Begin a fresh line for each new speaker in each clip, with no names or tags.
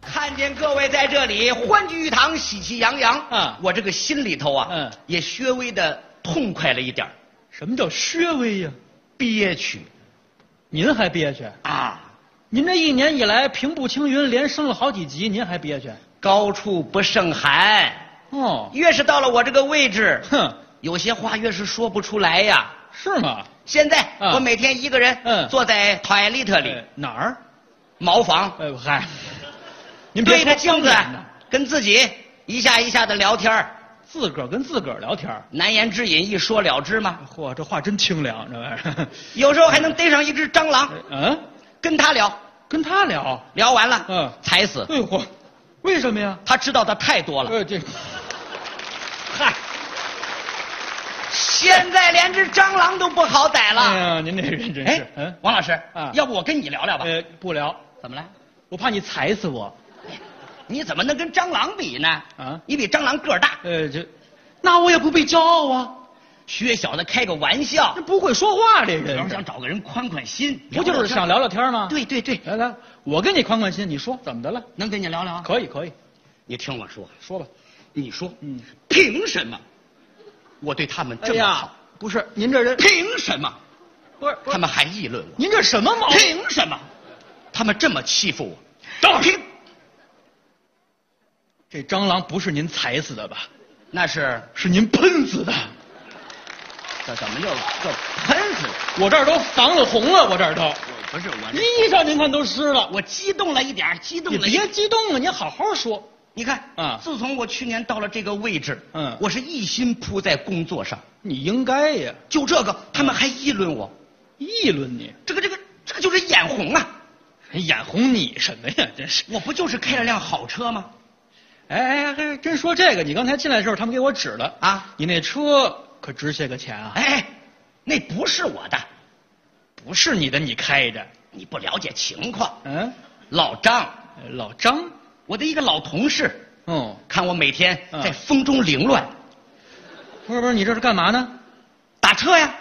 看见各位在这里欢聚一堂，喜气洋洋，
嗯
我这个心里头啊，
嗯
也略微的痛快了一点儿
什么叫薛威呀？
憋屈
您还憋屈？
啊，
您这一年以来平步青云，连升了好几级，您还憋屈？
高处不胜寒。
哦，
越是到了我这个位置，
哼，
有些话越是说不出来呀。
是吗？
现在
嗯
我每天一个人
嗯
坐在 toilet 里
哎哪儿？
茅房，
哎嗨，您别
对着镜子啊
说方言呢
跟自己一下一下的聊天儿
自个儿跟自个儿聊天儿
难言之隐一说了之嘛。
嚯，这话真清凉，这玩意儿。
有时候还能逮上一只蟑螂，
嗯，
跟它聊，
跟他聊。
聊完了，
嗯
踩死。
哎嚯，为什么呀？
他知道的太多了，
呃，这，嗨，
现在连只蟑螂都不好逮
哎
了。
呀，您这人真是
哎，，
嗯，
王老师
啊，
要不我跟你聊聊吧？
呃，不聊，
怎么了？
我怕你踩死我。
你怎么能跟蟑螂比呢？
啊
你比蟑螂个儿大，
呃，这，那我也不必骄傲啊，
薛小的开个玩笑
这，不会说话这
主要
人
是
是
想，找个人宽宽心，
不就是想聊聊天吗？
聊聊天？对对对，
来来，我跟你宽宽心，你说怎么的了？
能跟你聊聊啊？
可以可以，
你听我说，
说吧。
你说，
嗯，哎
凭什么我对他们这么好？，
不是您这人，
凭什么
不是
他们还议论我？
您这什么毛病？
凭什么他们这么欺负我？
等会儿
凭
这蟑螂不是您踩死的吧？
那是
是您喷死的。
这怎么就就喷死了？
我这儿都防了红了，我这儿都
我不是我这，
衣裳您看都湿了。
我激动了一点儿，激动
你
了一点儿
别激动啊了，你好好说。
你看
啊
自从我去年到了这个位置，
嗯
我是一心扑在工作上，
你应该呀，
就这个，他们还议论我，
议论你，哎
这个这个这个就是眼红啊！
眼红你什么呀？真是。
我不就是开了辆好车吗？
哎哎哎，还真说这个，你刚才进来的时候，他们给我指了
啊，
你那车可值些个钱啊。
哎，那不是我的，
不是你的，你开着。
你不了解情况。
嗯，
老张，
老张，
我的一个老同事，
哦，
看我每天
嗯
在风中凌乱，
不是不是，你这是干嘛呢？
打车呀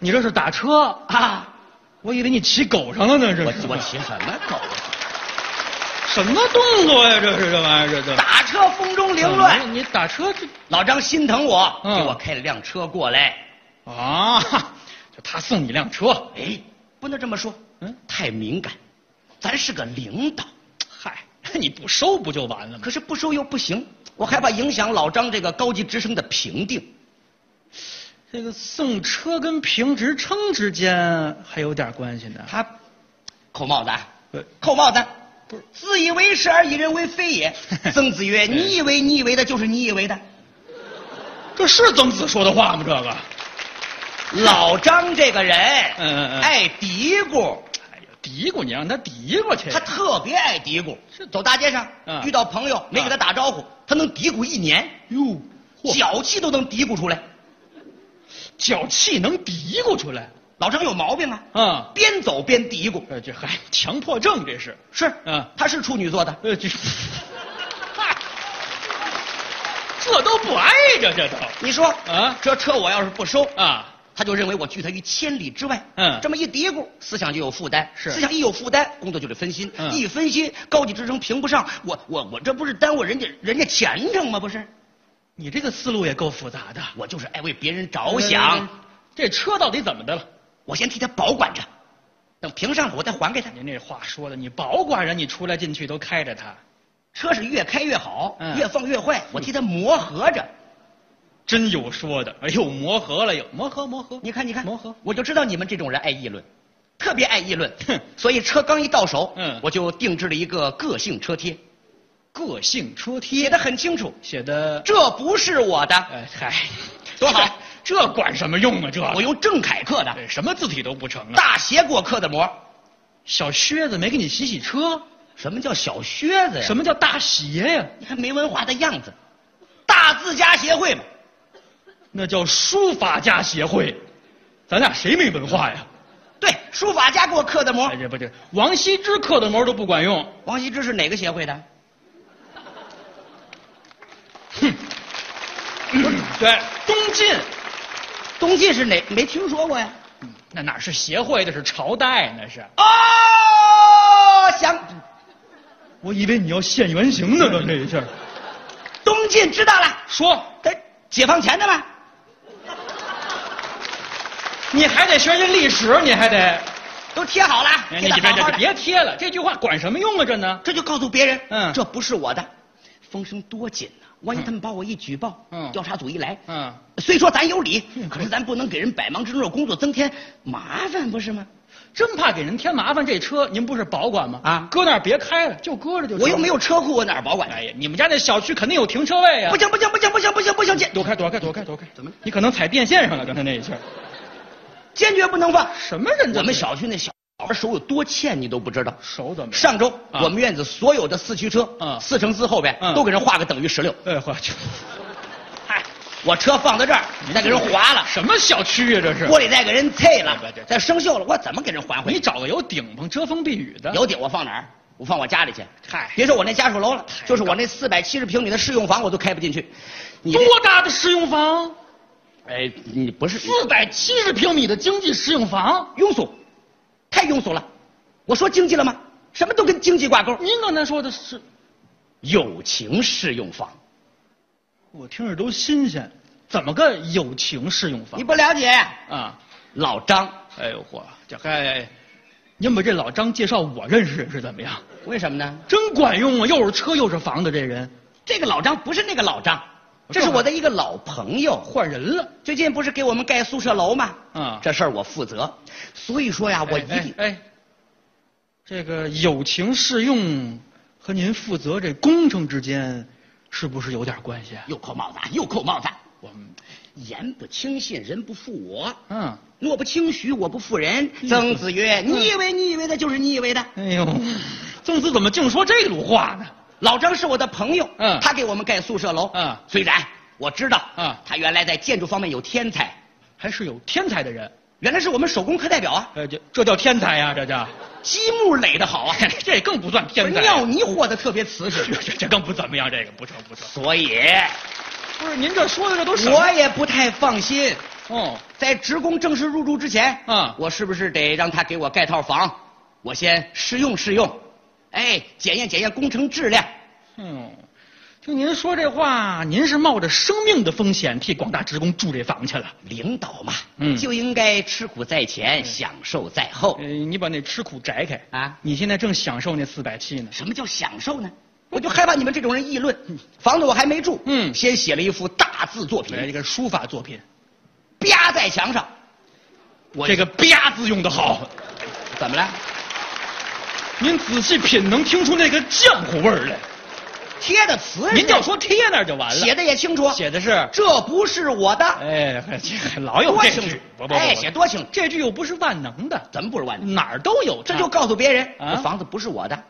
你这是打车，
啊！
我以为你骑狗上了呢。这
我
是
我骑什么狗？
什么动作呀？这是这玩意儿，这这
打车风中凌乱。
你你打车这
老张心疼我，
嗯
给我开了辆车过来。
啊，就他送你辆车。
哎，不能这么说，
嗯，
太敏感，咱是个领导，
嗨，你不收不就完了吗？
可是不收又不行，我害怕影响老张这个高级职称的评定。
这个送车跟评职称之间还有点关系呢。
他扣帽子啊，
呃
扣帽子，
不是
自以为是而以人为非 也。曾子曰：“
嗯
你以为你以为的，就是你以为的。
这是曾子说的话吗？这个，”
老张这个人，
嗯嗯嗯
爱嘀咕，
哎呀，嘀咕你让他嘀咕去
他特别爱嘀咕。
是
走大街上
嗯
遇到朋友没给他打招呼，他能嘀咕一年，
哟，嚯，
脚气都能嘀咕出来。
脚气能嘀咕出来
老张有毛病啊，
啊？
边走边嘀咕。
呃，这还强迫症这是？
是，
嗯
他是处女座的，
呃，这， 嗨，这都不挨着，这都
你说
啊
这车我要是不收，
啊，
他就认为我拒他于千里之外。
嗯
这么一嘀咕，思想就有负担。
是
思想一有负担，工作就得分心。
嗯
一分心，高级职称评不上，我我我这不是耽误人家人家前程吗？不是，
你这个思路也够复杂的。
我就是爱为别人着想，
呃这车到底怎么的了？
我先替他保管着，等评上了我再还给他。
您这话说的，你保管人，你出来进去都开着它，
车是越开越好，
嗯
越放越坏，我替他磨合着。
真有说的。哎呦，磨合了又磨合磨合，
你看，你看，
磨合，
我就知道你们这种人爱议论，特别爱议论
哼。
所以车刚一到手，
嗯
我就定制了一个个性车贴，
个性车贴
写的很清楚，
写的，
这不是我的。
哎嗨，
多好，
这管什么用啊？这
我用郑恺刻的，
哎什么字体都不成啊！
大鞋给我刻的膜。
小靴子没给你洗洗车，
什么叫小靴子呀？
什？么叫大鞋呀？
你看没文化的样子。大字家协会嘛，
那叫书法家协会，咱俩谁没文化呀？
对，书法家给我刻的膜
哎，。这不这王羲之刻的膜都不管 用，
王羲之是哪个协会的？
对，东晋，
东晋是哪？没听说过呀。
那哪是协会，那是朝代，那是。
哦，想
我以为你要现原形呢，刚这 一下。
东晋知道了，
说，
他解放前的吧？
你还得学学历史，你还得。
都贴好了，贴
哎你
的
别
好好
这
的。
别贴了，这句话管什么用啊？这呢？
这就告诉别人，
嗯
这不是我的，风声多紧呐、万一他们把我一举报，
嗯
调查组一来，
嗯，
虽说咱有理，
嗯
可是咱不能给人百忙之中的工作增添麻烦，不是吗？
真怕给人添麻烦，这车您不是保管吗？
啊
搁那儿别开了，就搁着就。
我又没。有车库，我哪儿保管去？
哎呀，你们家那小区肯定有停车位呀。啊
不，行不行不行不行不行不行，坚
躲开躲开躲开躲开。
怎么了
你可能踩电线上了，刚才那一下。
坚决不能放。
什么人？
我们小区那小孩手有多欠，你都不知道。
手怎么？
上周
啊
我们院子所有的四驱车
嗯，
四乘四后边
嗯
都给人画个等于十六。
哎，我去，
嗨，我车放到这儿，
嗯
再给人划了，
什么小区啊？这是。
锅里再给人碎了
对对对，
再生锈了，我怎么给人还回
你
去？
找个有顶棚遮风避雨的。。
有顶我放哪儿？我放我家里去。
嗨，
别说我那家属楼了
太，
就是我那四百七十平米的试用房，我都开不进去。你这
多大的试用房？
哎，你不是
四百七十平米的经济适用房，
庸俗，太庸俗了。我说经济了吗？什么都跟经济挂钩。
您刚才说的是，
友情试用房，
我听着都新鲜。怎么个友情适用房
你？不了解呀？
啊，
老张，
哎呦嚯，这还，您把这老张介绍我认识认识怎么样？
为什么呢？
真管用啊，又是车又是房的这人，
这个老张不是那个老张，这是我的一个老朋友。
换人了。
最近不是给我们盖宿舍楼吗？
啊
这事儿我负责，所以说呀，我一
哎
定
哎哎，这个友情适用和您负责这工程之间，是不是有点关系啊？
又扣帽子啊，又扣帽子啊。
我们，
言不轻信，人不负我。
嗯，
诺不轻许，我不负人。曾子曰：“你以为你以为的，就是你以为的。
哎呦，曾子怎么净说这路话呢？”
老张是我的朋友，
嗯
他给我们盖宿舍楼，
嗯
虽然我知道，
嗯
他原来在建筑方面有天才，
还是有天才的人。
原来是我们手工课代表啊，
呃，这这叫天才呀、这叫，
积木垒的好啊，
这更不算天才。
尿泥和的特别瓷实，
这这这更不怎么样，这个不成不成。
所以
不是您这说的这都
我也不太放心，
哦，
在职工正式入住之前，
嗯
我是不是得让他给我盖套房，我先试用试用，哎，检验检验工程质量。
嗯，听您说这话，您是冒着生命的风险替广大职工住这房去了。
领导嘛，
嗯
就应该吃苦在前，享受在后
呃，你把那吃苦摘开
啊。
你现在正享受那四百七呢。
什么叫享受呢？我就害怕你们这种人议论。房子我还没住，
嗯哎
先写了一幅大字作
来一
品，
个书法作品，
啪在墙上。我
这个“吧”字用的好，
怎么了？
您仔细品能听出那个浆糊味儿来。
贴的词是
您就说贴那儿就完了。
写的也清楚，
写的是
这不是我的，
哎，还这还老有
多
这
清楚
句，不不，不
哎，写多清楚，
这句又不是万能的，
怎么不是我的？
哪儿都有它。
这就告诉别人，
啊
这房子不是我的，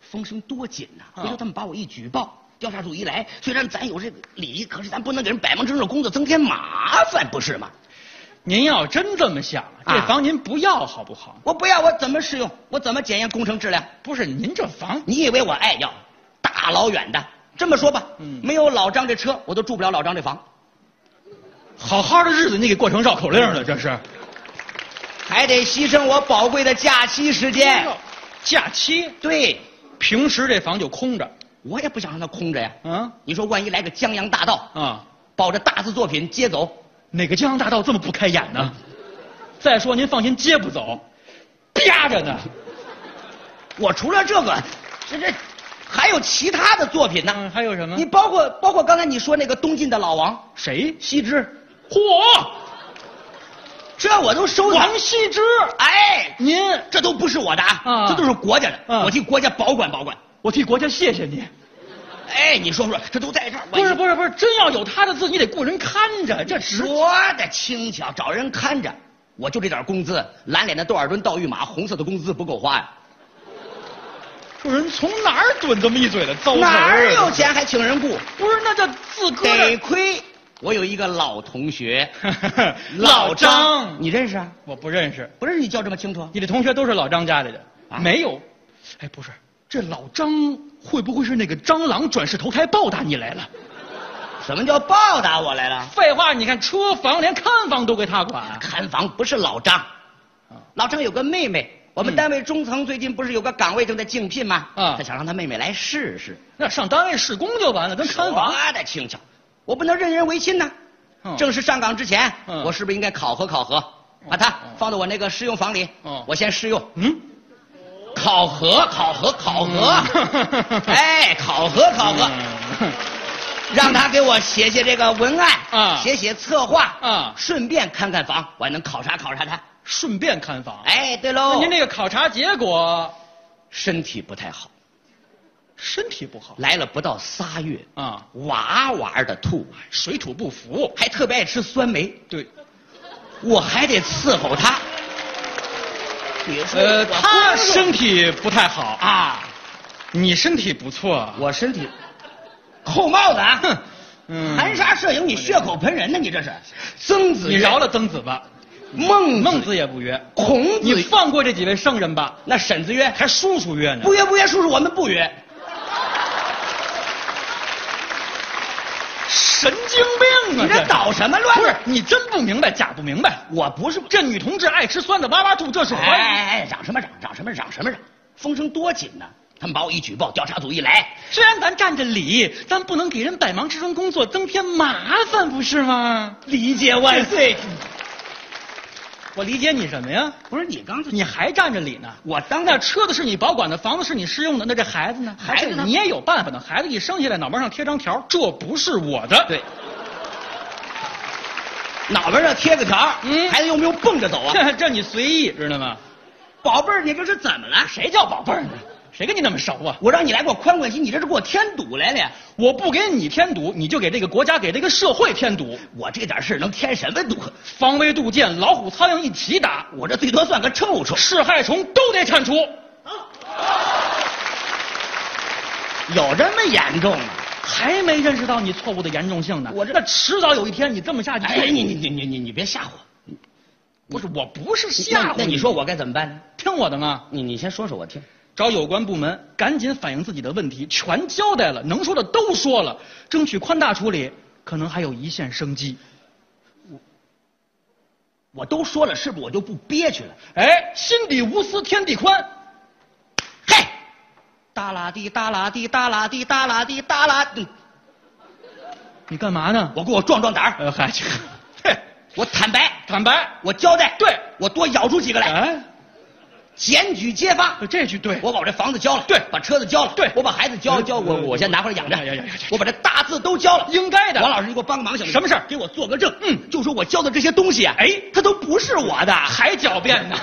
风声多紧呐、
啊
回头他们把我一举报，调查组一来，虽然咱有这个理，可是咱不能给人百忙之中的工作增添麻烦，不是吗？
您要真这么想，这
啊
房您不要好不好？
我不要，我怎么试用？我怎么检验工程质量？
不是您这房，
你以为我爱要？大老远的，这么说吧，
嗯
没有老张这车，我都住不了老张这房。
好好的日子你给过成绕口令了，这是。
还得牺牲我宝贵的假期时
哎
间。
假期，
对，
平时这房就空着，
我也不想让它空着呀。
啊
你说万一来个江洋大盗，
啊，
抱着大字作品接走，
哪个江洋大盗这么不开眼呢？再说您放心，接不走，啪着呢。
我除了这个，这这还有其他的作品呢。
嗯，还有什么
你？包括包括刚才你说那个东晋的老王
谁？
羲之，
嚯，
这我都收藏
王。羲之，
哎，
您，
这都不是我的啊，
啊
这都是国家的，
啊
我替国家保管保管。
我替国家谢谢您。
哎，你说说，这都在这儿，我
不是不是不是，真要有他的字，你得雇人看着，这值
说的轻巧，找人看着。我就这点工资，蓝脸的窦尔敦、盗御马，红色的工资不够花呀、
这人从哪儿怼这么一嘴的糟啊
哪儿有？钱还请人雇？
不是，那叫自个
得
儿。
亏我有一个老同 学，你认识啊？
我不认识，
不认识你叫这么清楚？
你的同学都是老张家里的，
啊
没有。哎，不是，这老张会不会是那个蟑螂转世投胎报答你来了？
什么叫报答我来了？
废话，你看车房连看房都归他管，
看房不是老张，老张有个妹妹，我们单位中层最近不是有个岗位正在竞聘吗？
嗯啊
他想让他妹妹来试试。
那上单位试工就完了，跟看房。
我的亲家，我不能任人唯亲呐、
嗯
啊正式上岗之前，
嗯
我是不是应该考核考核，把它放到我那个试用房里？
哦
我先试用，
嗯，
考核考核考核，
嗯
哎，考核考核，
嗯
让他给我写写这个文案
啊
写写策划
啊
顺便看看房，我还能考察考察他。
顺便看房。
哎，对
那
喽，
您这个考察结果，
身体不太好，
身体不好
来了不到仨月，
啊，
哇哇的吐，
水土不服。
还特别爱吃酸梅，
对，
我还得伺候他。你说
呃，
我
他
光是
身体不太好，
啊，
你身体不错。啊
我身体扣帽子啊！
哼，嗯，
含沙射影，你血口喷人呢！你这是曾子，
你饶了曾子吧，
孟
孟
子、
子也不约，
孔子，
你放过这几位圣人吧，
那婶子约
还叔叔约呢。
不约不约，叔叔我们不约。
神经病啊！
你这
是
捣什么乱？
不是，你真不明白，假不明白。
我不是
这女同志爱吃酸的哇哇吐，这是
哎
怀疑。
哎哎，嚷什么嚷？嚷什么嚷？什么嚷？风声多紧呢！他们把我一举报，调查组一来，
虽然咱占着理，但不能给人百忙之中工作增添麻烦，不是吗？
理解万岁。
我理解你什么呀？
不是你刚 才
你还占着理呢？
我当
那
那
车子是你保管的，房子是你试用的，那这孩子呢？
孩子呢
你也有办法的。孩子一生下来，脑门上贴张条，这不是我的。
对，脑门上贴个条儿，
嗯
孩子用不用蹦着走啊？
这这你随意，知道吗？
宝贝儿，你这是怎么了？
谁叫宝贝儿呢？谁跟你那么熟啊？
我让你来给我宽宽心，你这是给我添堵来了呀！
我不给你添堵，你就给这个国家、给这个社会添堵。
我这点事儿能添什么堵？
防微杜渐，老虎苍蝇一起打，
我这最多算个臭虫。
是害虫都得铲除。
有这么严重吗？
还没认识到你错误的严重性呢。
我这
那迟早有一天你这么下去，
哎，你你你你你你别吓唬我！
不是我不是吓唬
那那你说我该怎么办呢？
听我的嘛，
你你先说说我听。
找有关部门赶紧反映自己的问题，全交代了，能说的都说了，争取宽大处理，可能还有一线生机。
我都说了，是不是我就不憋屈了？
哎，心底无私天地宽。
嘿，哒啦滴哒啦滴哒啦滴哒啦滴哒啦，嗯
你干嘛呢？
我给我壮壮胆儿，
呃，嗨，这个 嘿，
我坦白，
坦白，
我交代，
对
我多咬出几个来，
哎，
检举揭发。
这句对，
我把我这房子交了，
呃对
把车子交了，
对
我把孩子交了，
嗯
交我
嗯
我先拿回来养着
哎呀呀呀呀，
我把这大字都交了，
应该的。
王老师，你给我帮个忙行吗？
呃什么事儿
给我做个证。
嗯
就说我交的这些东西啊，哎，它都不是我的。
还狡辩呢。